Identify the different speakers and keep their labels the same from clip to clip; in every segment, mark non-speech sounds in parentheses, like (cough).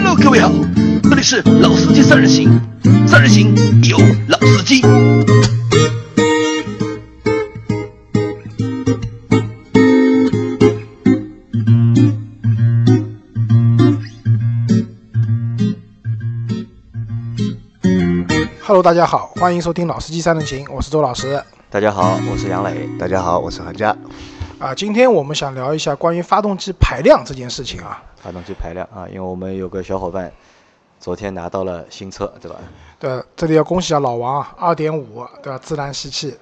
Speaker 1: 了，这里是老司机三人行，三人行有老司机。
Speaker 2: Hello，大家好，欢迎收听《老司机三人行》，我是周老师。
Speaker 3: 大家好，我是杨磊。
Speaker 4: 大家好，我是韩佳。
Speaker 2: 啊，今天我们想聊一下关于发动机排量这件事情啊。
Speaker 3: 发动机排量啊，因为我们有个小伙伴昨天拿到了新车，对吧？
Speaker 2: 对，这里要恭喜啊老王啊，二点五对吧？自然吸气，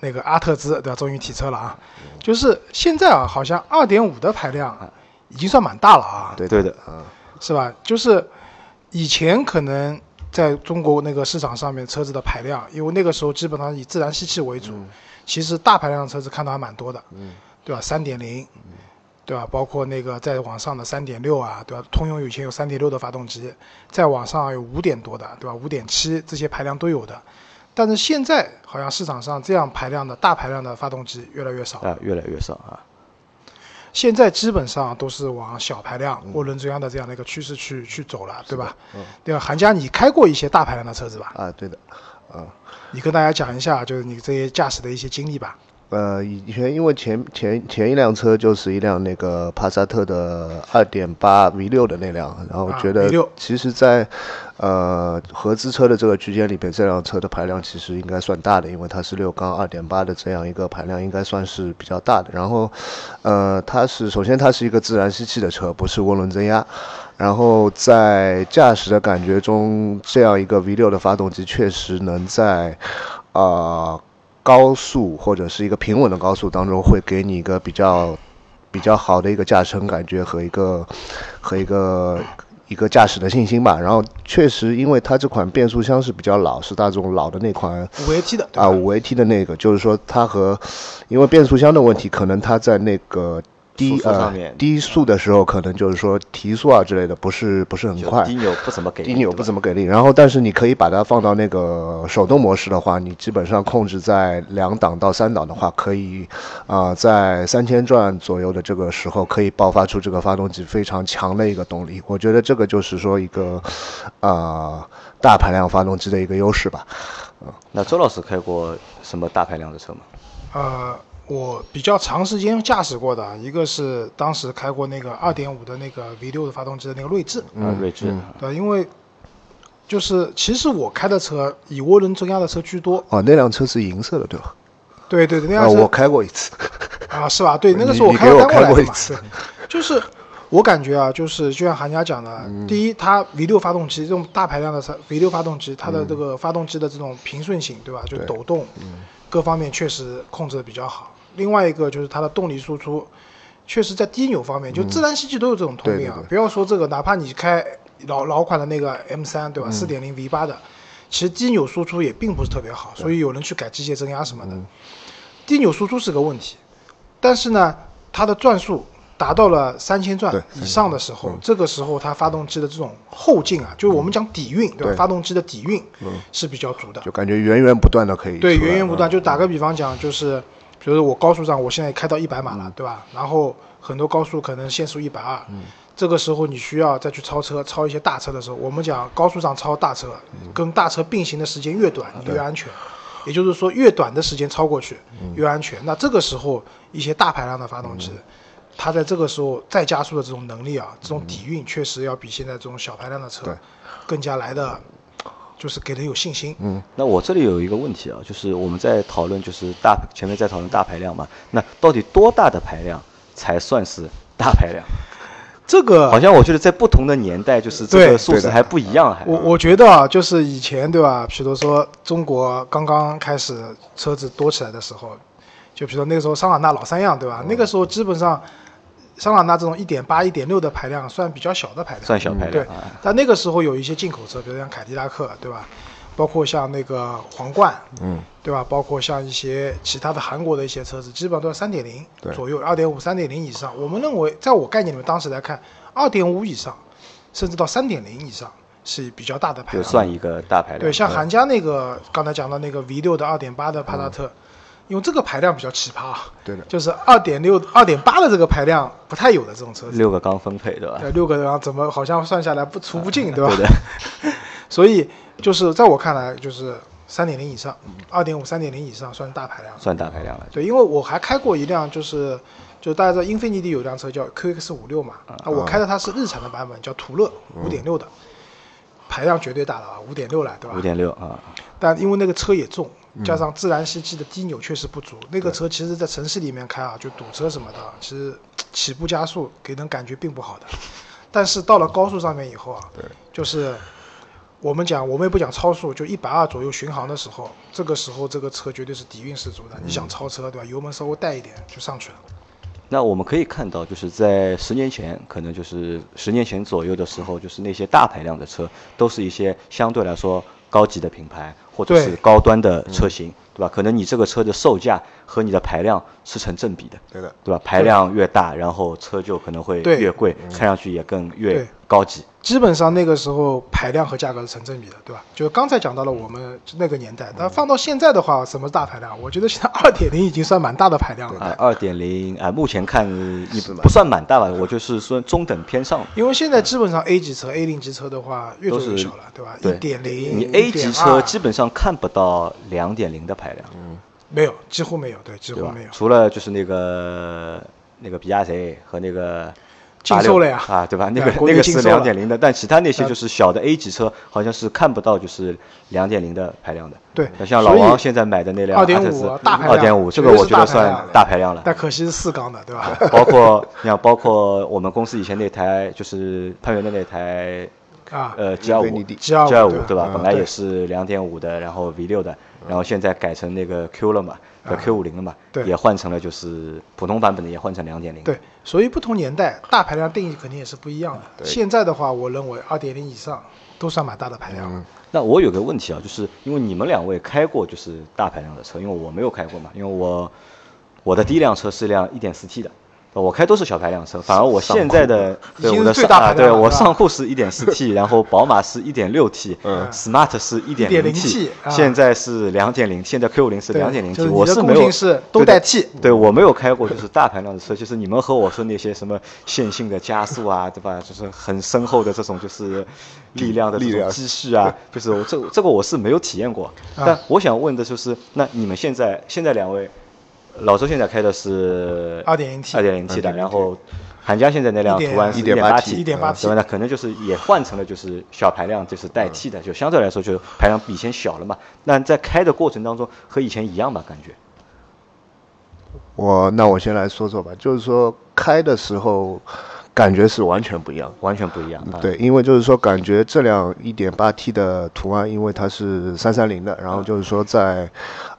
Speaker 2: 那个阿特兹对吧？终于提车了啊。就是现在啊，好像二点五的排量啊已经算蛮大了啊，
Speaker 4: 对
Speaker 3: 对的，
Speaker 4: 嗯，
Speaker 2: 是吧？就是以前可能在中国那个市场上面车子的排量，因为那个时候基本上以自然吸气为主，其实大排量的车子看到还蛮多的，
Speaker 4: 嗯
Speaker 2: 对吧？三点零，对吧？包括那个再往上的三点六啊，对吧？通用以前有三点六的发动机，再往上有五点多的，对吧？五点七这些排量都有的，但是现在好像市场上这样排量的大排量的发动机越来越少，
Speaker 3: 啊，越来越少啊。
Speaker 2: 现在基本上都是往小排量
Speaker 4: 嗯
Speaker 2: 涡轮增压的这样的一个趋势去去走了，对吧？对吧？韩佳，你开过一些大排量的车子吧？
Speaker 4: 啊，对的，啊，
Speaker 2: 你跟大家讲一下，就是你这些驾驶的一些经历吧。
Speaker 4: 呃，以前因为前前前一辆车就是一辆那个帕萨特的二点八 V 六的那辆，然后
Speaker 2: 啊
Speaker 4: 觉得
Speaker 2: V6
Speaker 4: 其实在，呃合资车的这个区间里边，这辆车的排量其实应该算大的，因为它是六缸二点八的这样一个排量，应该算是比较大的。然后，呃，它是首先它是一个自然吸气的车，不是涡轮增压，然后在驾驶的感觉中，这样一个 V 六的发动机确实能在，呃，高速或者是一个平稳的高速当中，会给你一个比较比较好的一个驾乘感觉和一个和一个一个驾驶的信心吧。然后确实，因为它这款变速箱是比较老，是大众老的那款
Speaker 2: 五 AT 的，对吧
Speaker 4: 啊，五 AT 的那个，就是说它和因为变速箱的问题，可能它在那个低
Speaker 3: 速上
Speaker 4: 呃
Speaker 3: 面
Speaker 4: 低速的时候，可能就是说提速啊之类的，不是不是很
Speaker 3: 就
Speaker 4: 快
Speaker 3: 低。扭不怎么给力，
Speaker 4: 低扭
Speaker 3: 对吧
Speaker 4: 不怎么给力，然后但是你可以把它放到那个手动模式的话，你基本上控制在两档到三档的话，可以，啊、在三千转左右的这个时候，可以爆发出这个发动机非常强的一个动力。我觉得这个就是说一个，啊大排量发动机的一个优势吧。
Speaker 3: 那周老师开过什么大排量的车吗？
Speaker 2: 呃，我比较长时间驾驶过的，一个是当时开过那个二点五的那个 V 六的发动机的那个锐
Speaker 4: 嗯
Speaker 2: 志，
Speaker 3: 啊，锐志啊
Speaker 2: 对吧，因为就是其实我开的车以涡轮增压的车居多，
Speaker 4: 哦，那辆车是银色的，对吧？
Speaker 2: 对对对，那
Speaker 4: 啊，
Speaker 2: 辆车
Speaker 4: 我开过一次。 (laughs)
Speaker 2: (laughs) 啊，是吧？对，那个
Speaker 4: 你
Speaker 2: 时候我
Speaker 4: 你
Speaker 2: 开
Speaker 4: 给
Speaker 2: 过
Speaker 4: 我
Speaker 2: 单
Speaker 4: 开
Speaker 2: 来
Speaker 4: 过
Speaker 2: 的
Speaker 4: 一
Speaker 2: 嘛，
Speaker 4: 次
Speaker 2: 对，就是我感觉啊，就是就像韩家讲的，
Speaker 4: 嗯
Speaker 2: 第一，它 V 六发动机这种大排量的车 V 六发动机，
Speaker 4: 嗯
Speaker 2: 它的这个发动机的这种平顺性，对吧？就抖动，各方面确实控制的比较好。另外一个就是它的动力输出，确实在低扭方面，就自然吸气都有这种通
Speaker 4: 对
Speaker 2: 病啊
Speaker 4: 嗯对。对
Speaker 2: 不要说这个，哪怕你开老老款的那个 M 三，
Speaker 4: 嗯
Speaker 2: 对吧？四点零 V 八的，其实低扭输出也并不是特别好，所以有人去改机械增压什么的。
Speaker 4: 嗯
Speaker 2: 低扭输出是个问题，但是呢，它的转速达到了三千嗯转
Speaker 4: 对
Speaker 2: 以上的时候，这个时候它发动机的这种后劲啊，就是我们讲底蕴，对吧？嗯
Speaker 4: 对
Speaker 2: 发动机的底蕴是比较足的
Speaker 4: 就。感觉源源不断的嗯可以
Speaker 2: 对，
Speaker 4: 出来
Speaker 2: 源源不断。就打个比方讲，就是比如说我高速上，我现在开到一百码
Speaker 4: 嗯
Speaker 2: 了，对吧？然后很多高速可能限速一百二，这个时候你需要再去超车，超一些大车的时候，我们讲高速上超大车，
Speaker 4: 嗯
Speaker 2: 跟大车并行的时间越短，
Speaker 4: 啊
Speaker 2: 你越安全。也就是说，越短的时间超过去
Speaker 4: 嗯
Speaker 2: 越安全。那这个时候，一些大排量的发动机，它在这个时候再加速的这种能力啊，这种底蕴确实要比现在这种小排量的车
Speaker 4: 嗯对
Speaker 2: 更加来的，就是给人有信心。
Speaker 4: 嗯
Speaker 3: 那我这里有一个问题啊，就是我们在讨论就是大前面在讨论大排量嘛，那到底多大的排量才算是大排量？
Speaker 4: 嗯
Speaker 2: 这个
Speaker 3: 好像我觉得在不同的年代，就是这
Speaker 2: 对
Speaker 3: 个数
Speaker 4: 对
Speaker 3: 字
Speaker 4: 的
Speaker 3: 还不一样，还
Speaker 2: 我我觉得啊，就是以前对吧？比如说中国刚刚开始车子多起来的时候，就比如说那个时候桑塔纳、老三样对吧？那个时候基本上桑塔纳这种一点八、一点六的排量算比较小的排量，
Speaker 3: 算小排量
Speaker 2: 对
Speaker 3: 啊。，
Speaker 2: 但那个时候有一些进口车，比如像凯迪拉克，对吧？包括像那个皇冠，嗯，对吧？包括像一些其他的韩国的一些车子，基本上都在三点零左右，二点五、三点零以上。我们认为，在我概念里面，当时来看，二点五以上，甚至到三点零以上是比较大的排
Speaker 3: 就
Speaker 2: 量。
Speaker 3: 算一个大排量。啊
Speaker 2: 对，像韩家那个刚才讲到那个 V 六的二点八的帕萨特，因为这个排量比较奇葩啊，
Speaker 4: 对的
Speaker 2: 就是二点六、二点八的这个排量不太有的这种车子，
Speaker 3: 六个缸分配，对吧？
Speaker 2: 对，六个人啊怎么好像算下来不除不尽，对吧？
Speaker 3: 对的
Speaker 2: (laughs) 所以就是在我看来，就是三点零以上，二点五、三点零以上算是大排量了。
Speaker 3: 算大排量了。
Speaker 2: 对，因为我还开过一辆，就是就大家知道英菲尼迪有辆车叫 QX 五六嘛，那我开的它是日产的版本，叫途乐五点六的，排量绝对大了啊，五点六了，对吧？
Speaker 3: 五点六啊，
Speaker 2: 但因为那个车也重，加上自然吸气的低扭确实不足，那个车其实在城市里面开啊，就堵车什么的，其实起步加速给人感觉并不好的。但是到了高速上面以后啊，就是我们讲，我们也不讲超速，就一百二左右巡航的时候，这个时候这个车绝对是底蕴十足的。你想超车对吧？油门稍微带一点就上去了。
Speaker 3: 那我们可以看到，就是在十年前，可能就是十年前左右的时候，就是那些大排量的车，都是一些相对来说高级的品牌或者是
Speaker 2: 对
Speaker 3: 高端的车型，对吧？可能你这个车的售价和你的排量是成正比的，
Speaker 4: 对的，
Speaker 3: 对吧？排量越大，然后车就可能会
Speaker 2: 对
Speaker 3: 越贵，看上去也更越
Speaker 2: 对
Speaker 3: 高级。
Speaker 2: 基本上那个时候排量和价格是成正比的，对吧？就是刚才讲到了我们那个年代，但放到现在的话，什么是大排量？我觉得现在二点零已经算蛮大的排量了，
Speaker 3: 啊，二点零啊，目前看你不算蛮大吧，我就是说中等偏上。
Speaker 2: 因为现在基本上 A 级车、A 零级车的话越做
Speaker 3: 都
Speaker 2: 越
Speaker 3: 是
Speaker 2: 小了，对吧？
Speaker 3: 对
Speaker 2: 一点零，
Speaker 3: 你 A 级车基
Speaker 2: 本
Speaker 3: 本上看不到两点零的排量，
Speaker 2: 没有，几乎没有，对，几
Speaker 3: 对
Speaker 2: 乎嗯
Speaker 3: 吧
Speaker 2: 没有？。
Speaker 3: 除了就是那个那个比亚迪和那个
Speaker 2: 禁
Speaker 3: 86
Speaker 2: 售了呀
Speaker 3: 啊，对吧？那
Speaker 2: 对
Speaker 3: 个
Speaker 2: 国
Speaker 3: 那
Speaker 2: 内
Speaker 3: 个
Speaker 2: 禁
Speaker 3: 是
Speaker 2: 售了嗯
Speaker 3: 两点零的，但其他那些就是小的 A 级车，好像是看不到就是两点零的排量的。
Speaker 2: 对
Speaker 3: 那像老
Speaker 2: 所以
Speaker 3: 王现在买的那辆阿
Speaker 2: 2.5
Speaker 3: 特兹
Speaker 2: 啊大排量
Speaker 3: 二点五，这个
Speaker 2: 绝对
Speaker 3: 我
Speaker 2: 是
Speaker 3: 觉得
Speaker 2: 大排量
Speaker 3: 算大排
Speaker 2: (laughs)
Speaker 3: 量了。
Speaker 2: 但可惜是四缸的，对吧？
Speaker 3: (laughs) 包括你像包括我们公司以前那台就是攀源的那台
Speaker 2: 啊，
Speaker 3: 呃 G 二
Speaker 4: 菲
Speaker 3: 五
Speaker 4: 尼迪
Speaker 2: G 二五
Speaker 3: G 二五
Speaker 2: 对吧
Speaker 3: 对吧？
Speaker 2: 嗯
Speaker 3: 本来也
Speaker 2: 对嗯
Speaker 3: 是两点五的，然后 V 六的，然后现在改成那个 Q 了嘛，呃 Q 五零了嘛，
Speaker 2: 对
Speaker 3: 也换成了就是普通版本的也换成两点零。
Speaker 2: 对，所以不同年代大排量定义肯定也是不一样的。现在的话，我认为二点零以上都算蛮大的排量了。
Speaker 3: 那我有个问题啊，就是因为你们两位开过就是大排量的车，因为我没有开过嘛，因为我我的第一辆车是一辆 1.4T 的。我开都是小排量车，反而我现在的
Speaker 2: 已
Speaker 3: 对
Speaker 2: 经
Speaker 3: 我
Speaker 2: 是
Speaker 3: 的
Speaker 2: 最
Speaker 3: 上
Speaker 2: 大
Speaker 3: 啊，
Speaker 2: 排量
Speaker 3: 对
Speaker 2: 了
Speaker 3: 我
Speaker 2: 是吧
Speaker 3: 上户
Speaker 2: (laughs)
Speaker 3: 是 1.4T，然后宝马是 1.6T，
Speaker 4: 嗯
Speaker 3: ，Smart 是 1.0T，
Speaker 2: 1.0T 啊
Speaker 3: 现在是2.0，现在 Q50 是
Speaker 2: 对
Speaker 3: 2.0T，
Speaker 2: 就是
Speaker 3: 我
Speaker 2: 你的共
Speaker 3: 没有
Speaker 2: 性是都
Speaker 3: 对
Speaker 2: 带
Speaker 3: 的
Speaker 2: T
Speaker 3: 对我没有开过就是大排量的车，就是你们和我说那些什么线性的加速啊，对吧？就是很深厚的这种就是力量的这
Speaker 4: 力
Speaker 3: 种
Speaker 4: 量
Speaker 3: 积蓄啊，就是我这这个我是没有体验过。但我想问的就是，那你们现在现在两位，老周现在开的是
Speaker 2: 2.0T
Speaker 3: 二点零 T 的，然后韩江现在那辆
Speaker 2: 1.8
Speaker 3: 途安是
Speaker 4: 1.8T
Speaker 3: 八 T，
Speaker 4: 1.8T
Speaker 3: 对吧？那可能就是也换成了就是小排量，就是代替的，就相对来说就排量比以前小了嘛。那在开的过程当中和以前一样吧，感觉。
Speaker 4: 我那我先来说说吧，就是说开的时候感觉是完全不一样。
Speaker 3: 完全不一样。啊，
Speaker 4: 对，因为就是说，感觉这辆 1.8T 的途安，因为它是330的，然后就是说在，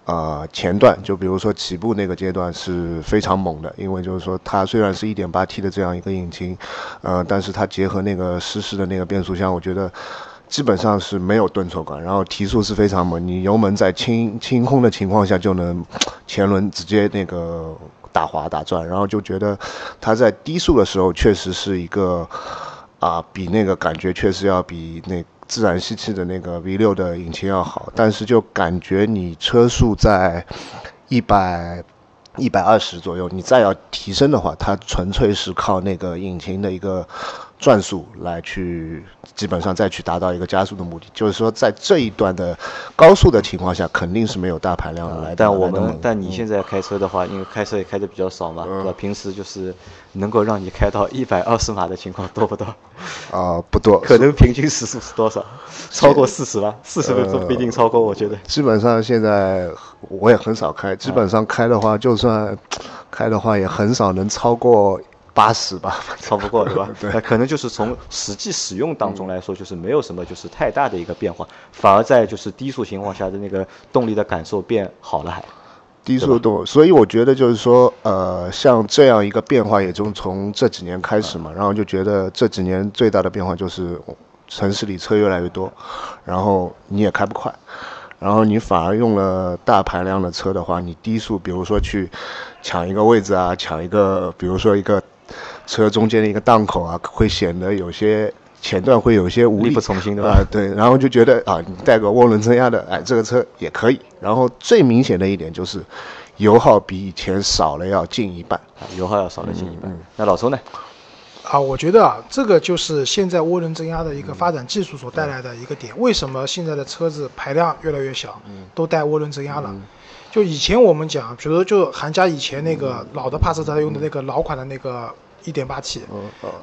Speaker 4: 呃，前段，就比如说起步那个阶段是非常猛的，因为就是说它虽然是 1.8T 的这样一个引擎，呃，但是它结合那个湿式的那个变速箱，我觉得。基本上是没有顿挫感，然后提速是非常猛，你油门在清清空的情况下就能前轮直接那个打滑打转，然后就觉得它在低速的时候确实是一个啊，比那个感觉确实要比那自然吸气的那个 V 六的引擎要好，但是就感觉你车速在一百一百二十左右，你再要提升的话，它纯粹是靠那个引擎的一个转速来去，基本上再去达到一个加速的目的。就是说，在这一段的高速的情况下，肯定是没有大排量
Speaker 2: 嗯
Speaker 4: 来的。
Speaker 3: 呃但我
Speaker 4: 来得
Speaker 3: 们
Speaker 4: 猛
Speaker 3: 但你现在开车的话，因为开车也开的比较少嘛，
Speaker 2: 嗯
Speaker 3: 对吧？平时就是能够让你开到一百二十码的情况多不多？
Speaker 2: (laughs)
Speaker 4: 啊、不多，
Speaker 3: 可能平均时速是多少？超过四十吧，四十分
Speaker 2: 呃
Speaker 3: 钟不一定超过，我
Speaker 2: (laughs)
Speaker 3: 觉得。
Speaker 4: 基本上现在我也很少开，基本上开的话，就算开的话，也很少能超过八十吧。
Speaker 3: 超不过对吧？那可能就是从实际使用当
Speaker 2: 嗯
Speaker 3: 中来说，就是没有什么就是太大的一个变化，反而在就是低速情况下的那个动力的感受变好了还。啊
Speaker 4: 低速度，所以我觉得就是说，呃，像这样一个变化，也就从这几年开始
Speaker 3: 嗯
Speaker 4: 嘛，然后就觉得这几年最大的变化就是城市里车越来越多，然后你也开不快，然后你反而用了大排量的车的话，你低速，比如说去抢一个位置啊，抢一个，比如说一个车中间的一个档口啊，会显得有些。前段会有些无
Speaker 3: 力
Speaker 4: 力
Speaker 3: 不从心对吧
Speaker 4: 啊、对，然后就觉得啊，你带个涡轮增压的，哎，这个车也可以。然后最明显的一点就是，油耗比以前少了要近一半。
Speaker 3: 啊油耗要少了近一
Speaker 2: 嗯
Speaker 3: 半。那老周呢？
Speaker 2: 啊，我觉得啊，这个就是现在涡轮增压的一个发展技术所带来的一个点。为什么现在的车子排量越来越小，
Speaker 4: 嗯
Speaker 2: 都带涡轮增压了？就以前我们讲，比如就韩家以前那
Speaker 4: 嗯
Speaker 2: 个老的帕萨特用的那个老款的那个一点八 T，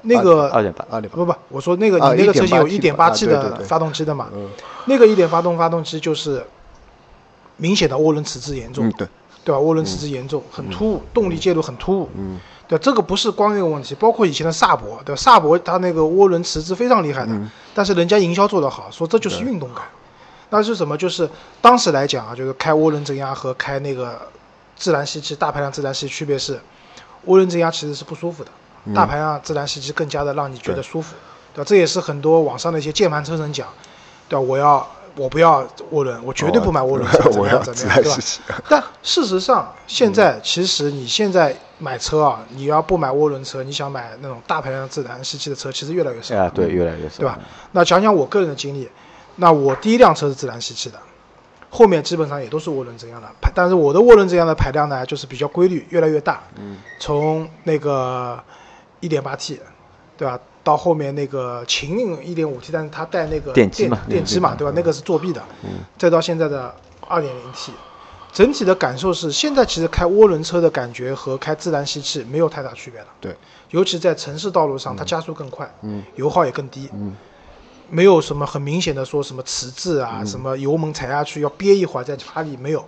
Speaker 2: 那个
Speaker 3: 二点八，
Speaker 4: 嗯二点八
Speaker 2: 不不，我说那个
Speaker 4: 啊
Speaker 2: 你那个车型有一点八
Speaker 4: 1.8T 吧啊对
Speaker 2: 的
Speaker 4: 对对嗯
Speaker 2: 发动机的嘛，那个一点发动发动机就是明显的涡轮迟滞严重，
Speaker 4: 嗯对，
Speaker 2: 对吧？涡轮迟滞严重，很突兀，动力介入很突兀。嗯，对，这个不是光这个问题，包括以前的萨博，对吧？萨博它那个涡轮迟滞非常厉害的，
Speaker 4: 嗯
Speaker 2: 但是人家营销做得好，说这就是运动感。那是什么？就是当时来讲啊，就是开涡轮增压和开那个自然吸气大排量自然吸气区别是，涡轮增压其实是不舒服的，
Speaker 4: 嗯
Speaker 2: 大排量自然吸气更加的让你觉得舒服，对吧？这也是很多网上的一些键盘车神讲，对吧？我要我不要涡轮，我绝对不买涡轮车，怎
Speaker 4: (laughs) 我
Speaker 2: 么
Speaker 4: 要
Speaker 2: 样怎
Speaker 4: 自
Speaker 2: 么
Speaker 4: 然
Speaker 2: 样，对吧
Speaker 4: 吸？气。
Speaker 2: (laughs) 但事实上，现在其实你现在买车啊，你要不买涡轮车，你想买那种大排量自然吸气的车，其实越来越少，
Speaker 3: 啊，对，越来越少，
Speaker 2: 对吧？？那讲讲我个人的经历，那我第一辆车是自然吸气的，后面基本上也都是涡轮增压的，排但是我的涡轮增压的排量呢，就是比较规律，越来越大，嗯，从那个一点八 T，对吧？到后面那个秦一点五 T，但是它带那个
Speaker 3: 电机嘛
Speaker 2: 电机嘛，对吧？那个是作弊的，嗯，再到现在的二点零 T，整体的感受是，现在其实开涡轮车的感觉和开自然吸气没有太大区别了。
Speaker 4: 对，
Speaker 2: 尤其在城市道路上，它加速更快，嗯，油耗也更低，嗯，没有什么很明显的说什么迟滞啊，什么油门踩下去要憋一会儿再发力，没有，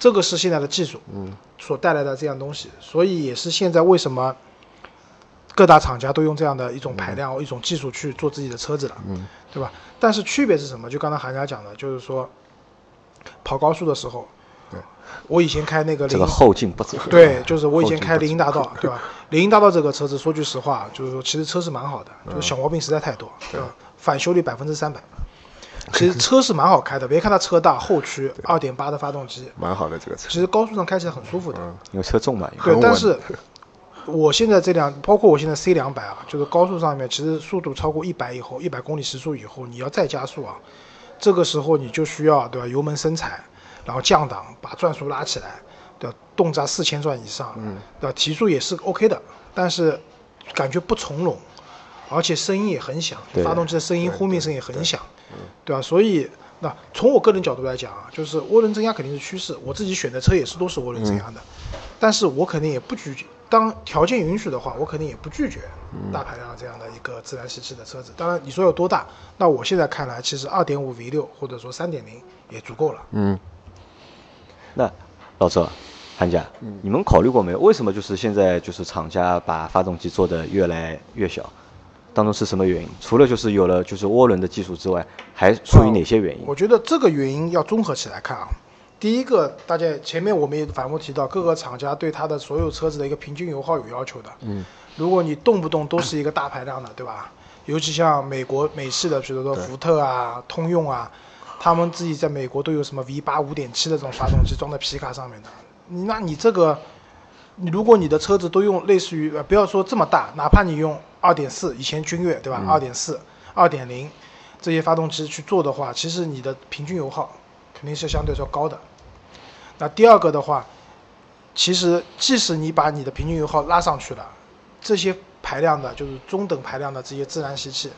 Speaker 2: 这个是现在的技术，嗯，所带来的这样东西，所以也是现在为什么各大厂家都用这样的一种排量、一种技术去做自己的车子了，嗯，对吧？但是区别是什么？就刚才韩家讲的，就是说跑高速的时候，我以前开那个
Speaker 3: 这
Speaker 2: 零
Speaker 3: 个后劲不足。
Speaker 2: 对，就是我以前开林荫大道，对
Speaker 3: (laughs)
Speaker 2: 吧？林荫大道这个车子，说句实话，就是说其实车是蛮好的，
Speaker 3: 嗯
Speaker 2: 就是小毛病实在太多，对吧？返修率百分之三百，其实车是蛮好开的。别看它车大，后驱二点八的发动机，
Speaker 4: 蛮好的这个车，
Speaker 2: 其实高速上开起来很舒服的。
Speaker 3: 因为车重嘛，因为
Speaker 2: 对，
Speaker 4: 很
Speaker 2: 但
Speaker 4: 稳
Speaker 2: 是啊我现在这辆，包括我现在 C 两百啊，就是高速上面，其实速度超过一百以后，一百公里时速以后，你要再加速啊，这个时候你就需要对吧，油门深踩，然后降档，把转速拉起来，对吧，动辄四千转以上，嗯，对吧，提速也是 OK 的，但是感觉不从容，而且声音也很响，
Speaker 3: 对
Speaker 2: 发动机的声音、轰鸣声也很响，对吧？所以，那从我个人角度来讲啊，就是涡轮增压肯定是趋势，我自己选的车也是都是涡轮增压的，但是我肯定也不拒绝，当条件允许的话，我肯定也不拒绝大排量这样的一个自然吸气的车子。当然，你说有多大，那我现在看来，其实二点五 V 六或者说三点零也足够了。
Speaker 3: 那老周、啊韩家，你们考虑过没有？为什么就是现在就是厂家把发动机做的越来越小？当中是什么原因？除了就是有了就是涡轮的技术之外，还属于哪些原因？
Speaker 2: 我觉得这个原因要综合起来看啊。第一个，大家前面我们也反复提到，各个厂家对它的所有车子的一个平均油耗有要求的。嗯，如果你动不动都是一个大排量的，对吧？
Speaker 3: 嗯
Speaker 2: 尤其像美国美系的，比如说福特啊、通用啊，他们自己在美国都有什么 V 八五点七的这种发动机装在皮卡上面的。你那你这个，你如果你的车子都用类似于，呃，不要说这么大，哪怕你用二点四，以前君越对吧？二点四、二点零这些发动机去做的话，其实你的平均油耗肯定是相对来说高的。那第二个的话，其实即使你把你的平均油耗拉上去了，这些排量的，就是中等排量的这些自然吸气，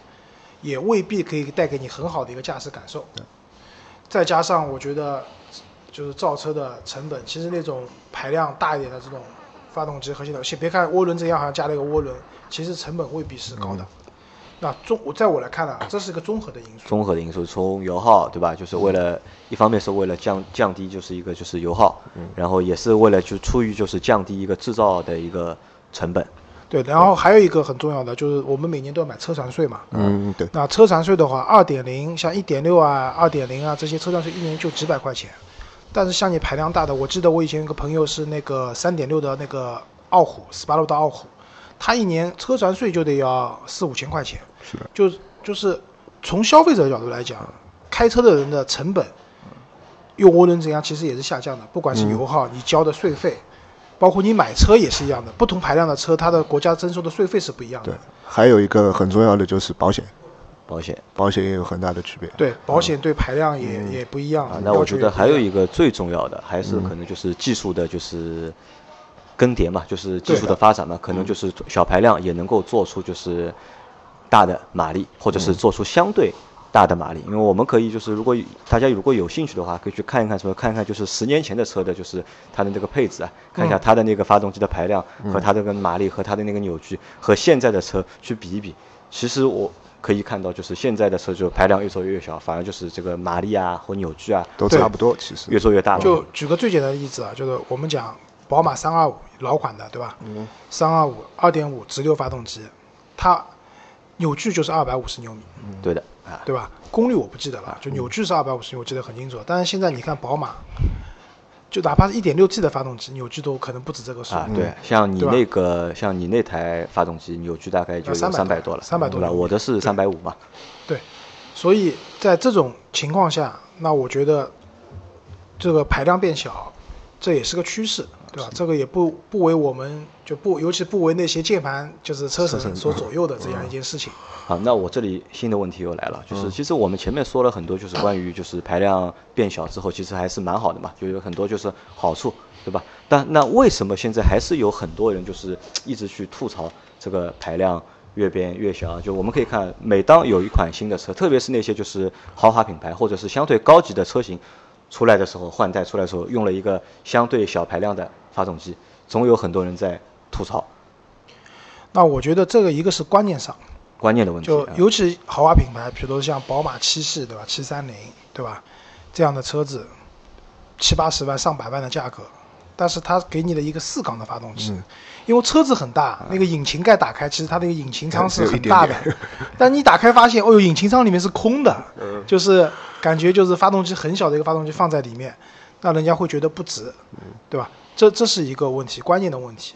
Speaker 2: 也未必可以带给你很好的一个驾驶感受。再加上我觉得，就是造车的成本，其实那种排量大一点的这种发动机和系统，先别看涡轮增压好像加了一个涡轮，其实成本未必是高的。那综我在我来看呢、啊这是一个综合的因素。
Speaker 3: 综合的因素，从油耗对吧？就是为了一方面是为了降降低，就是一个就是油耗，然后也是为了就出于就是降低一个制造的一个成本。
Speaker 2: 对，然后还有一个很重要的就是我们每年都要买车船税嘛。
Speaker 4: 嗯，对，
Speaker 2: 那车船税的话，二点零像一点六啊、二点零啊这些车船税一年就几百块钱，但是像你排量大的，我记得我以前有个朋友是那个三点六的那个傲虎，斯巴鲁的傲虎，他一年车船税就得要四五千块钱。
Speaker 4: 是的，
Speaker 2: 就就是从消费者的角度来讲，开车的人的成本用涡轮增压其实也是下降的，不管是
Speaker 4: 嗯
Speaker 2: 油耗、你交的税费，包括你买车也是一样的。不同排量的车，它的国家征收的税费是不一样的
Speaker 4: 对。还有一个很重要的就是保险，
Speaker 3: 保险
Speaker 4: 保险也有很大的区别。
Speaker 2: 对，保险对排量也、也不一样。
Speaker 3: 嗯啊。
Speaker 2: 要
Speaker 3: 那我
Speaker 2: 求
Speaker 3: 觉
Speaker 2: 也
Speaker 3: 得
Speaker 2: 不
Speaker 3: 还有
Speaker 2: 样
Speaker 3: 一个最重要的，还是可能就是技术的，就是更迭嘛，就是技
Speaker 2: 对
Speaker 3: 术的发展嘛，可
Speaker 4: 嗯
Speaker 3: 能就是小排量也能够做出就是大的马力，或者
Speaker 4: 嗯
Speaker 3: 是做出相对。大的马力，因为我们可以就是，如果大家如果有兴趣的话，可以去看一看什么，看一看就是十年前的车的，就是它的那个配置啊，看一
Speaker 4: 嗯
Speaker 3: 下它的那个发动机的排量和它的那个马力和它的那个扭矩和现在的车去比一比。其实我可以看到，就是现在的车就排量越做越小，反而就是这个马力啊和扭矩啊
Speaker 4: 都差不多，其实
Speaker 3: 越做越大了。
Speaker 2: 就举个最简单的例子啊，就是我们讲宝马三二五老款的，对吧？嗯。三二五二点五直六发动机，它扭矩就是二百五十牛米，
Speaker 3: 对的啊，
Speaker 2: 对吧？功率我不记得
Speaker 3: 嗯
Speaker 2: 了，就扭矩是二百五十牛，我记得很清楚。但是现在你看宝马，就哪怕是一点六 T 的发动机，扭矩都可能不止这个数。
Speaker 3: 啊，对，像你
Speaker 2: 对吧
Speaker 3: 那个像你那台发动机扭矩大概就有
Speaker 2: 要300
Speaker 3: 三百
Speaker 2: 多
Speaker 3: 多了，
Speaker 2: 300多
Speaker 3: 对吧？
Speaker 2: 牛米
Speaker 3: 我的是三百五嘛，
Speaker 2: 对，所以在这种情况下，那我觉得这个排量变小，这也是个趋势，对吧？这个也不不为我们就不，尤其不为那些键盘就是车神嗯所左右的这样一件事情。
Speaker 3: 好，那我这里新的问题又来了，就是
Speaker 2: 嗯
Speaker 3: 其实我们前面说了很多，就是关于就是排量变小之后，其实还是蛮好的嘛，就有很多就是好处，对吧？但那为什么现在还是有很多人就是一直去吐槽这个排量越变越小啊？就我们可以看，每当有一款新的车，特别是那些就是豪华品牌或者是相对高级的车型出来的时候，换代出来的时候用了一个相对小排量的发动机，总有很多人在吐槽
Speaker 2: 那我觉得这个一个是观念上，
Speaker 3: 观念的问题
Speaker 2: 就
Speaker 3: 啊。
Speaker 2: 尤其豪华品牌，比如说像宝马七系，对吧？七三零，对吧？这样的车子，七八十万、上百万的价格，但是它给你的一个四缸的发动
Speaker 3: 嗯
Speaker 2: 机，因为车子很大，
Speaker 3: 啊
Speaker 2: 那个引擎盖打开，其实它那个引擎舱
Speaker 3: (laughs)
Speaker 2: 是很大的，但你打开发现，哦呦，引擎舱里面是空的，
Speaker 3: 嗯
Speaker 2: 就是感觉就是发动机很小的一个发动机放在里面，那人家会觉得不值，对吧？这这是一个问题，观念的问题。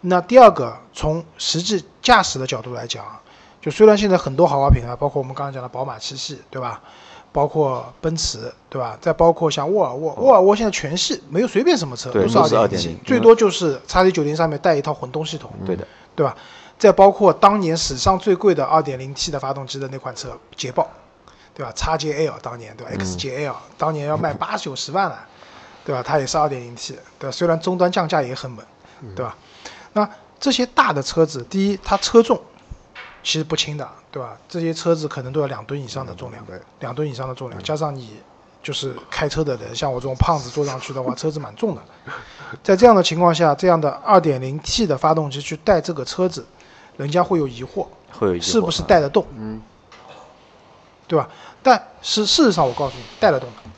Speaker 2: 那第二个，从实际驾驶的角度来讲啊，就虽然现在很多豪华品牌，包括我们刚刚讲的宝马七系，对吧？包括奔驰，对吧？再包括像沃尔沃，沃尔沃现在全系没有随便什么车
Speaker 3: 对
Speaker 2: 都是二
Speaker 3: 都是
Speaker 2: 点嗯
Speaker 3: 2.0
Speaker 2: 最多就是叉 T 九零上面带一套混动系统，
Speaker 3: 对的，
Speaker 2: 对吧？再包括当年史上最贵的 2.0T 的发动机的那款车捷豹，对吧？XJL 当年对吧？XJL 当年要卖八九十万了，对吧？它也是 2.0T，对吧？虽然终端降价也很猛，对吧？那这些大的车子，第一它车重其实不轻的，对吧？这些车子可能都要两吨以上的重量，两吨以上的重量，加上你就是开车的人，像我这种胖子坐上去的话，车子蛮重的。在这样的情况下，这样的 2.0T 的发动机去带这个车子，人家会有疑惑，
Speaker 3: 会有疑惑
Speaker 2: 是不是带得动？嗯，对吧？但是事实上，我告诉你，带得动的。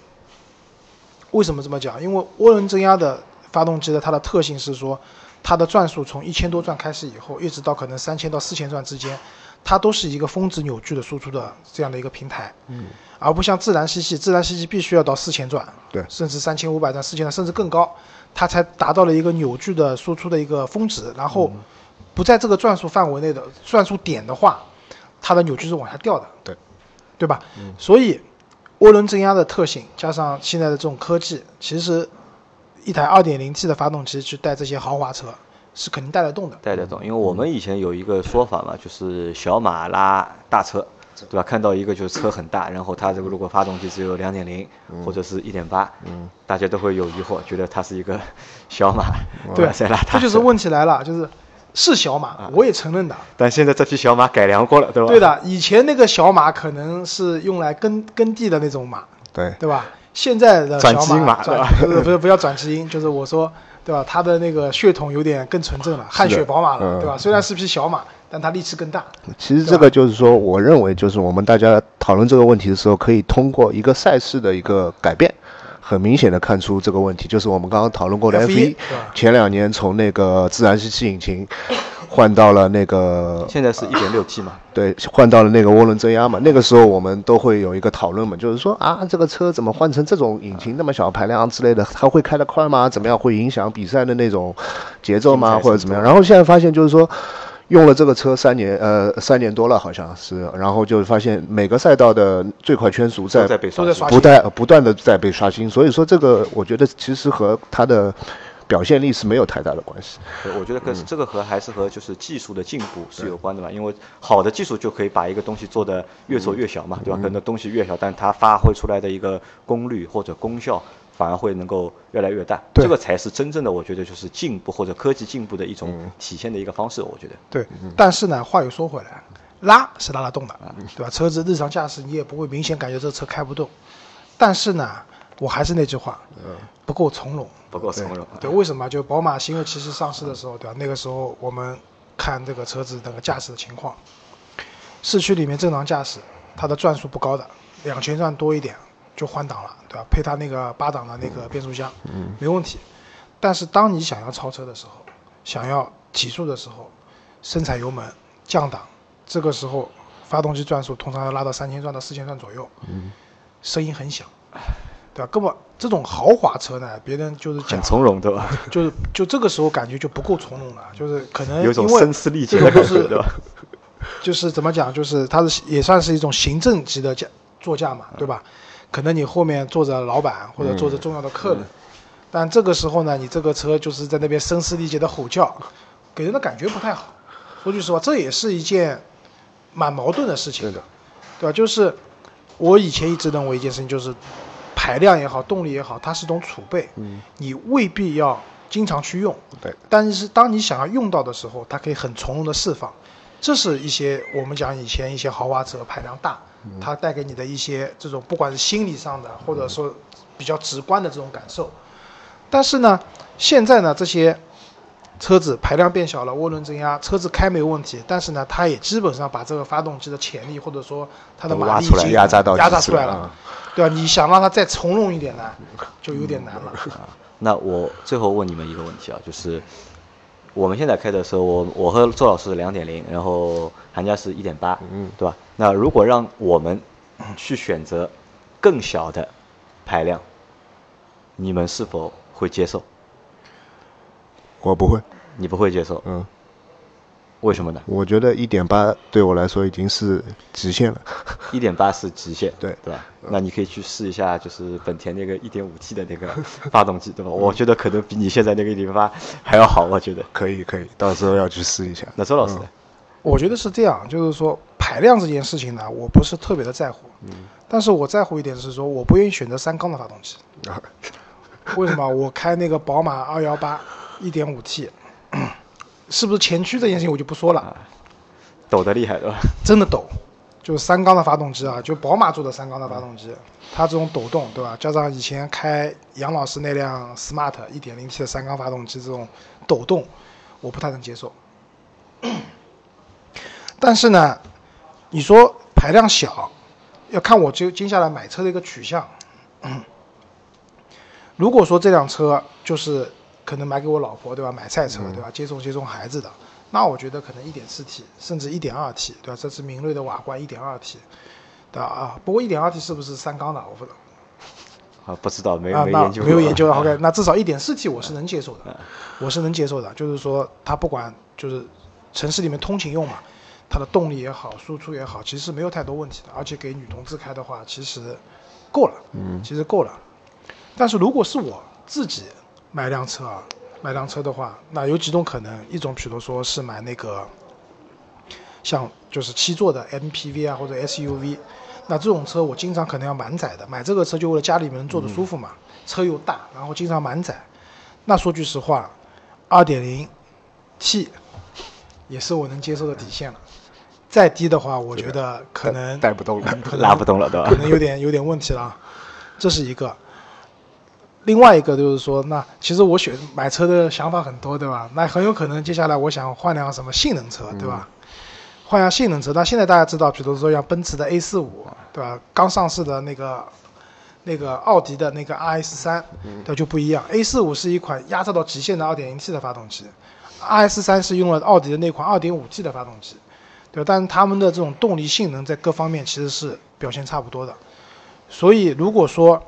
Speaker 2: 为什么这么讲？因为涡轮增压的发动机的它的特性是说，它的转速从一千多转开始以后，一直到可能三千到四千转之间，它都是一个峰值扭矩的输出的这样的一个平台。嗯，而不像自然吸气，自然吸气必须要到四千转，
Speaker 4: 对
Speaker 2: 甚至三千五百转、四千转甚至更高，它才达到了一个扭矩的输出的一个峰值。然后不在这个转速范围内的转速点的话，它的扭矩是往下掉的。
Speaker 4: 对，
Speaker 2: 对吧？
Speaker 3: 嗯
Speaker 2: 所以涡轮增压的特性，加上现在的这种科技，其实一台 2.0T 的发动机去带这些豪华车是肯定带得动的。
Speaker 3: 带得动，因为我们以前有一个说法嘛，就是小马拉大车，对吧？看到一个就是车很大，然后它这个如果发动机只有两点零
Speaker 2: 嗯
Speaker 3: 或者是一点八，大家都会有疑惑，觉得它是一个 (laughs) 小马
Speaker 2: 对
Speaker 3: 在拉大
Speaker 2: 这嗯就是
Speaker 3: 车。
Speaker 2: 问题来了，就是是小马，
Speaker 3: 啊
Speaker 2: 我也承认的。
Speaker 3: 但现在这匹小马改良过了，对吧？
Speaker 2: 对。的，以前那个小马可能是用来耕耕地的那种马，
Speaker 4: 对，
Speaker 2: 对吧？现在的
Speaker 3: 转
Speaker 2: 小
Speaker 3: 基因
Speaker 2: 马
Speaker 3: 嘛对
Speaker 2: 转
Speaker 3: 吧
Speaker 2: 不是不是不要转基因，就是我说对吧？它的那个血统有点更纯正了，汗血宝马了，
Speaker 4: 嗯
Speaker 2: 对吧？虽然是匹小马，但它力气更大。
Speaker 4: 其实这个就是说，我认为就是我们大家讨论这个问题的时候，可以通过一个赛事的一个改变，很明显的看出这个问题，就是我们刚刚讨论过的
Speaker 2: F1
Speaker 4: F1，
Speaker 2: 对吧
Speaker 4: 前两年从那个自然吸气引擎换到了那个
Speaker 3: 现在是一点六 T 嘛，
Speaker 4: 对，换到了那个涡轮增压嘛，那个时候我们都会有一个讨论嘛，就是说啊，这个车怎么换成这种引擎那么小排量之类的，它会开得快吗？怎么样会影响比赛的那种节奏吗？或者怎么样？然后现在发现就是说，用了这个车三年，呃，三年多了好像是，然后就发现每个赛道的最快圈速
Speaker 3: 都
Speaker 4: 在呃
Speaker 3: 在被刷
Speaker 2: 都在
Speaker 3: 新
Speaker 2: 刷
Speaker 4: 不断不断的在被刷新，所以说这个我觉得其实和它的表现力是没有太大的关系。
Speaker 3: 对，我觉得跟这个和还是和就是技术的进步是有关的嘛，因为好的技术就可以把一个东西做得越做越小嘛，对吧？可能东西越小，但它发挥出来的一个功率或者功效反而会能够越来越大，
Speaker 2: 对
Speaker 3: 这个才是真正的我觉得就是进步或者科技进步的一种体现的一个方式，我觉得。
Speaker 2: 对，
Speaker 3: 嗯
Speaker 2: 但是呢，话又说回来，拉是拉得动的，
Speaker 3: 啊
Speaker 2: 对吧？车子日常驾驶你也不会明显感觉这车开不动，但是呢，我还是那句话，不够从容。
Speaker 3: 嗯不够从容，啊
Speaker 2: 对，为什么？就宝马新锐骑士上市的时候，对吧？那个时候我们看这个车子那个驾驶的情况，市区里面正常驾驶，它的转速不高的，两千转多一点就换挡了，对吧？配它那个八档的那个变速箱，嗯，没问题。但是当你想要超车的时候，想要提速的时候，深踩油门降档，这个时候发动机转速通常要拉到三千转到四千转左右，嗯，声音很响，对吧？根本这种豪华车呢，别人就是讲
Speaker 3: 很从容，对吧？
Speaker 2: 就是就这个时候感觉就不够从容了，就是可能
Speaker 3: (laughs) 有一种
Speaker 2: 因为
Speaker 3: 声嘶力竭
Speaker 2: 这
Speaker 3: 的
Speaker 2: 个
Speaker 3: 感
Speaker 2: 就
Speaker 3: 觉，对
Speaker 2: 是
Speaker 3: 吧？
Speaker 2: 就是怎么讲，就是它是也算是一种行政级的驾座驾嘛，对吧？可能你后面坐着老板或者坐着重要的客人，但这个时候呢，你这个车就是在那边声嘶力竭的吼叫，给人的感觉不太好。说句实话，这也是一件蛮矛盾的事情，对吧？就是我以前一直认为一件事情，就是排量也好，动力也好，它是一种储备，你未必要经常去用，
Speaker 4: 对。
Speaker 2: 但是当你想要用到的时候，它可以很从容的释放，这是一些我们讲以前一些豪华车排量大，它带给你的一些这种不管是心理上的，或者说比较直观的这种感受。但是呢，现在呢这些车子排量变小了，涡轮增压，车子开没问题，但是呢，它也基本上把这个发动机的潜力或者说它的
Speaker 3: 都
Speaker 2: 马
Speaker 3: 挖
Speaker 2: 力已
Speaker 3: 出来
Speaker 2: 经
Speaker 4: 压榨到
Speaker 2: 压
Speaker 4: 极
Speaker 2: 榨
Speaker 4: 致
Speaker 2: 出来
Speaker 4: 了
Speaker 2: 了
Speaker 4: 啊，
Speaker 2: 对吧？你想让它再从容一点呢，就有点难了。
Speaker 3: 那我最后问你们一个问题啊，就是我们现在开的车，我我和周老师两点零，然后韩家是一点八，嗯，对吧？那如果让我们去选择更小的排量，你们是否会接受？
Speaker 4: 我不会，
Speaker 3: 你不会接受，
Speaker 4: 嗯，
Speaker 3: 为什么呢？
Speaker 4: 我觉得一点八对我来说已经是极限了。 (laughs)
Speaker 3: 一点八是极限，
Speaker 4: 对嗯
Speaker 3: 对吧？那你可以去试一下，就是本田那个一点五 T 的那个发动机，对吧？我觉得可能比你现在那个一点八还要好，我觉得。
Speaker 4: 可以可以，到时候要去试一下。
Speaker 3: 那周老师
Speaker 4: 嗯
Speaker 3: 呢？
Speaker 2: 我觉得是这样，就是说排量这件事情呢，我不是特别的在乎，但是我在乎一点是说，我不愿意选择三缸的发动机。为什么？我开那个宝马二幺八一点五 T，是不是前驱这件事情我就不说了，
Speaker 3: 抖得厉害，对吧？
Speaker 2: 真的抖，就是三缸的发动机啊，就宝马做的三缸的发动机，它这种抖动，对吧？加上以前开杨老师那辆 smart 一点零 T 的三缸发动机这种抖动，我不太能接受。 (clears throat) 但是呢，你说排量小，要看我就接下来买车的一个取向。如果说这辆车就是可能买给我老婆，对吧？买菜车，对吧？接送接送孩子的，那我觉得可能一点四 T 甚至一点二 T，对吧？这是明锐的瓦罐一点二 T，对吧？啊，不过一点二 T 是不是三缸的？我不懂。
Speaker 3: 啊，不知道，没
Speaker 2: 啊，
Speaker 3: 没
Speaker 2: 那
Speaker 3: 研究过，
Speaker 2: 没有研
Speaker 3: (laughs)
Speaker 2: 究的 OK，那至少一点四 T 我是能接受的，我是能接受的。就是说，它不管就是城市里面通勤用嘛，它的动力也好，输出也好，其实没有太多问题的。而且给女同志开的话，其实够了，嗯，其实够了。但是如果是我自己买辆车啊，买辆车的话，那有几种可能，一种比如说是买那个像就是七座的 MPV 啊或者 SUV，那这种车我经常可能要满载的，买这个车就为了家里面人坐的舒服嘛，车又大，然后经常满载。那说句实话，2 0 T 也是我能接受的底线了，再低的话，我觉得可能
Speaker 4: 带不动了。
Speaker 3: 拉不动了，对吧
Speaker 2: 可？ (laughs) 能有点有点问题了啊，这是一个。另外一个就是说，那其实我选买车的想法很多，对吧？那很有可能接下来我想换辆什么性能车，对吧？换辆性能车。那现在大家知道，比如说像奔驰的 A 4 5对吧？刚上市的那个那个奥迪的那个 RS 3对就不一样。A 4 5是一款压榨到极限的 2.0T 的发动机，RS 3是用了奥迪的那款 2.5T 的发动机。对吧，但是他们的这种动力性能在各方面其实是表现差不多的。所以如果说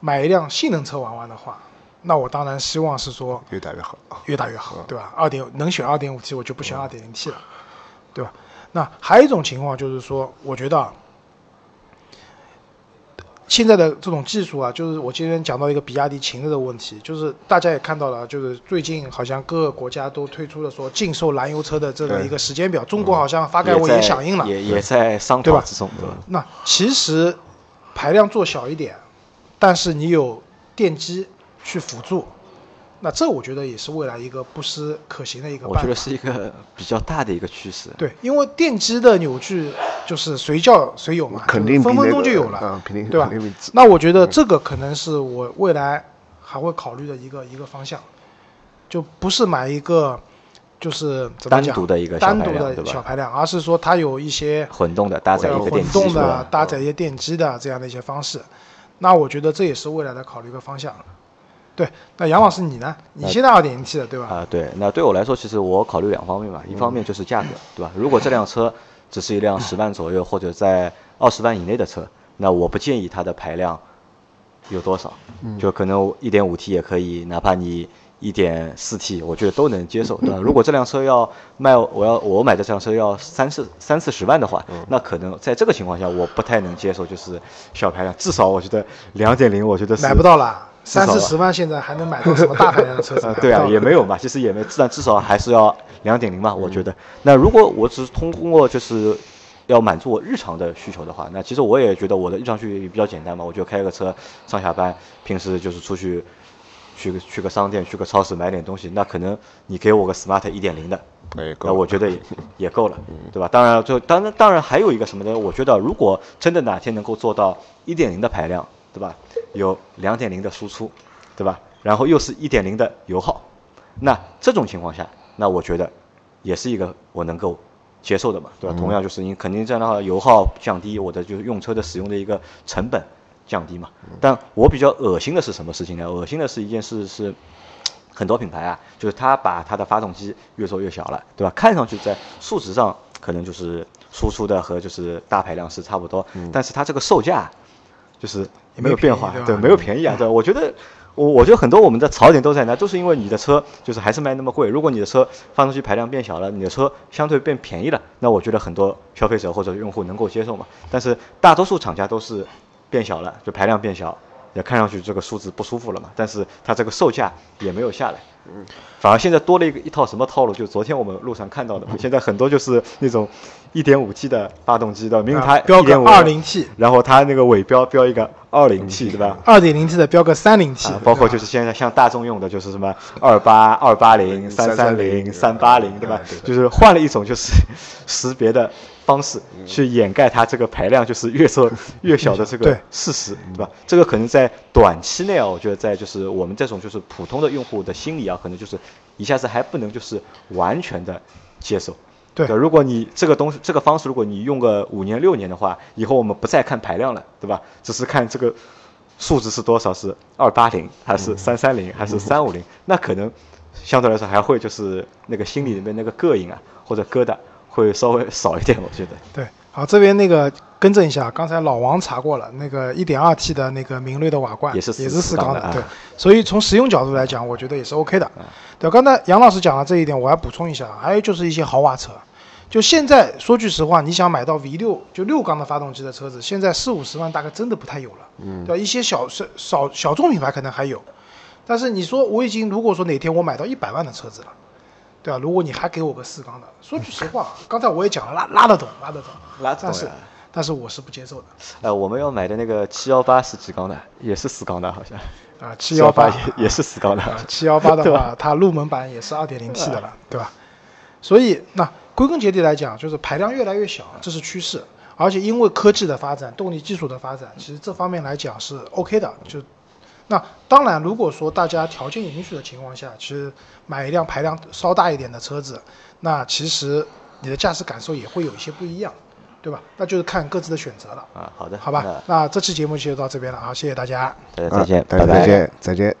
Speaker 2: 买一辆性能车玩玩的话，那我当然希望是说
Speaker 4: 越打越好。
Speaker 2: 越大越
Speaker 3: 嗯
Speaker 2: 好，对吧？二点能选二点五 T 我就不选二点零 T 了，对吧？那还有一种情况就是说，我觉得啊现在的这种技术啊，就是我今天讲到一个比亚迪秦的问题，就是大家也看到了，啊就是最近好像各个国家都推出了说禁售燃油车的这个一个时间表，中国好像发改委
Speaker 3: 也
Speaker 2: 也
Speaker 3: 在
Speaker 2: 响应了。
Speaker 3: 也也在商
Speaker 2: 对
Speaker 3: 讨
Speaker 2: 吧
Speaker 3: 之中，对吧？
Speaker 2: 那其实排量做小一点，但是你有电机去辅助，那这我觉得也是未来一个不失可行的一个
Speaker 3: 我
Speaker 2: 办
Speaker 3: 觉得
Speaker 2: 法。
Speaker 3: 是一个比较大的一个趋势。
Speaker 2: 对，因为电机的扭矩就是随叫随有嘛，
Speaker 4: 肯定比
Speaker 2: 就是分分
Speaker 4: 那
Speaker 2: 钟
Speaker 4: 个
Speaker 2: 就有了，
Speaker 4: 嗯
Speaker 3: 啊
Speaker 4: 肯定
Speaker 2: 对吧
Speaker 4: 肯定比自？
Speaker 2: 那我觉
Speaker 3: 嗯
Speaker 2: 得这个可能是我未来还会考虑的一个一个方向，就不是买一个就是怎么
Speaker 3: 单
Speaker 2: 讲
Speaker 3: 独的一个小
Speaker 2: 单
Speaker 3: 排
Speaker 2: 独
Speaker 3: 量
Speaker 2: 的
Speaker 3: 对吧
Speaker 2: 小排量，而是说它有一些
Speaker 3: 混动的搭载
Speaker 2: 呃
Speaker 3: 一个电
Speaker 2: 混
Speaker 3: 机，
Speaker 2: 动
Speaker 3: 是
Speaker 2: 的
Speaker 3: 吧、
Speaker 2: 搭载一些电机的这样的一些方式。那我觉得这也是未来的考虑一个方向。对，那杨老师你呢？你现在二点零 T 的对吧？嗯
Speaker 3: 啊，对，那对我来说，其实我考虑两方面嘛，一方面就是价格，对吧？如果这辆车只是一辆十万左右或者在二十万以内的车，那我不建议它的排量有多少，
Speaker 2: 嗯
Speaker 3: 就可能一点五 T 也可以，哪怕你一点四 T，我觉得都能接受，对吧？如果这辆车要卖，我要我买的这辆车要三四三四十万的话，
Speaker 2: 嗯
Speaker 3: 那可能在这个情况下，我不太能接受，就是小排量，至少我觉得两点零，我觉得是
Speaker 2: 买不到啦，
Speaker 3: 至少
Speaker 2: 三四十万现在还能买到什么大排量的车子
Speaker 3: 呃
Speaker 2: 买？不
Speaker 3: (laughs) 对啊
Speaker 2: 到，
Speaker 3: 也没有嘛，其实也没，但至少还是要两点零嘛，我觉得。那如果我只是通过就是要满足我日常的需求的话，那其实我也觉得我的日常需求也比较简单嘛，我就开个车上下班，平时就是出去去个去个商店、去个超市买点东西，那可能你给我个 smart 一点零的，
Speaker 4: 哎够
Speaker 3: 那
Speaker 4: 了
Speaker 3: 我觉得也也够了，对吧？当然，就当然当然还有一个什么呢？我觉得如果真的哪天能够做到一点零的排量，对吧？有两点零的输出，对吧？然后又是一点零的油耗，那这种情况下，那我觉得也是一个我能够接受的嘛，
Speaker 4: 嗯
Speaker 3: 对吧？同样就是你肯定这样的话，油耗降低，我的就是用车的使用的一个成本降低嘛。
Speaker 4: 嗯
Speaker 3: 但我比较恶心的是什么事情呢？恶心的是一件事是。很多品牌啊，就是它把它的发动机越做越小了，对吧？看上去在数值上可能就是输出的和就是大排量是差不多，但是它这个售价就是没有变化
Speaker 2: 也没，有便宜对
Speaker 3: 对，
Speaker 2: 吧嗯
Speaker 3: 没有便宜啊，对，我觉得。我我觉得很多我们的槽点都在那，就是因为你的车就是还是卖那么贵。如果你的车发动机排量变小了，你的车相对变便宜了，那我觉得很多消费者或者用户能够接受嘛。但是大多数厂家都是变小了，就排量变小，也看上去这个数字不舒服了嘛。但是它这个售价也没有下来，嗯，反而现在多了一个一套什么套路？就昨天我们路上看到的嘛，现在很多就是那种一点五 T 的发动机的，明明它
Speaker 2: 啊标个
Speaker 3: 1.5
Speaker 2: 20T
Speaker 3: 然后它那个尾标标一个二零 T，对吧？
Speaker 2: 二点零 T 的标个三零 T，
Speaker 3: 啊，包括就是现在像大众用的就是什么二八二八零、三嗯三零、三八零，对吧？就是换了一种就是 (laughs) 识别的方式，去掩盖它这个排量就是越 (laughs) 做越小的这个
Speaker 2: 对
Speaker 3: 事实，对吧？这个可能在短期内啊，我觉得在就是我们这种就是普通的用户的心理啊，可能就是一下子还不能就是完全的接受。
Speaker 2: 对
Speaker 3: 如果你这个东西这个方式，如果你用个五年六年的话，以后我们不再看排量了，对吧？只是看这个数值是多少，是二八零还是三三零还是三五零？那可能相对来说还会就是那个心里里面那个膈应啊或者疙瘩会稍微少一点，我觉得。
Speaker 2: 对，好，这边那个更正一下，刚才老王查过了，那个 1.2T 的那个明锐的瓦罐
Speaker 3: 也是
Speaker 2: 也
Speaker 3: 四
Speaker 2: 是
Speaker 3: 四
Speaker 2: 四
Speaker 3: 缸
Speaker 2: 缸
Speaker 3: 的啊嗯
Speaker 2: 对，所以从实用角度来讲，我觉得也是 OK 的。对，刚才杨老师讲了这一点，我要补充一下，还有就是一些豪华车，就现在说句实话，你想买到 V 六就六缸的发动机的车子，现在四五十万大概真的不太有了，嗯，对吧？一些小少少小众品牌可能还有，但是你说我已经如果说哪天我买到一百万的车子了。对吧？啊如果你还给我个四缸的，说句实话，啊刚才我也讲了，拉拉得懂，拉得懂，
Speaker 3: 拉得懂
Speaker 2: 但是
Speaker 3: 呀
Speaker 2: 但是我是不接受的
Speaker 3: 呃，我们要买的那个七幺八是几缸的？也是四缸的，好像。
Speaker 2: 啊。七幺八
Speaker 3: 也也是
Speaker 2: (laughs)
Speaker 3: 四缸的。
Speaker 2: 啊
Speaker 3: 啊
Speaker 2: 七幺八的话，它入门版也是二点零 T 的了，对吧？所以那归根结底来讲，就是排量越来越小，这是趋势。而且因为科技的发展、动力技术的发展，其实这方面来讲是 OK 的。就那当然，如果说大家条件允许的情况下，其实买一辆排量稍大一点的车子，那其实你的驾驶感受也会有一些不一样，对吧？那就是看各自的选择了。
Speaker 3: 啊，好的，
Speaker 2: 好吧
Speaker 3: 那，呃
Speaker 2: 那这期节目就到这边了啊，谢谢大家。
Speaker 3: 嗯哎大家再见，
Speaker 4: 啊大家
Speaker 3: 拜拜
Speaker 4: 再见，再见。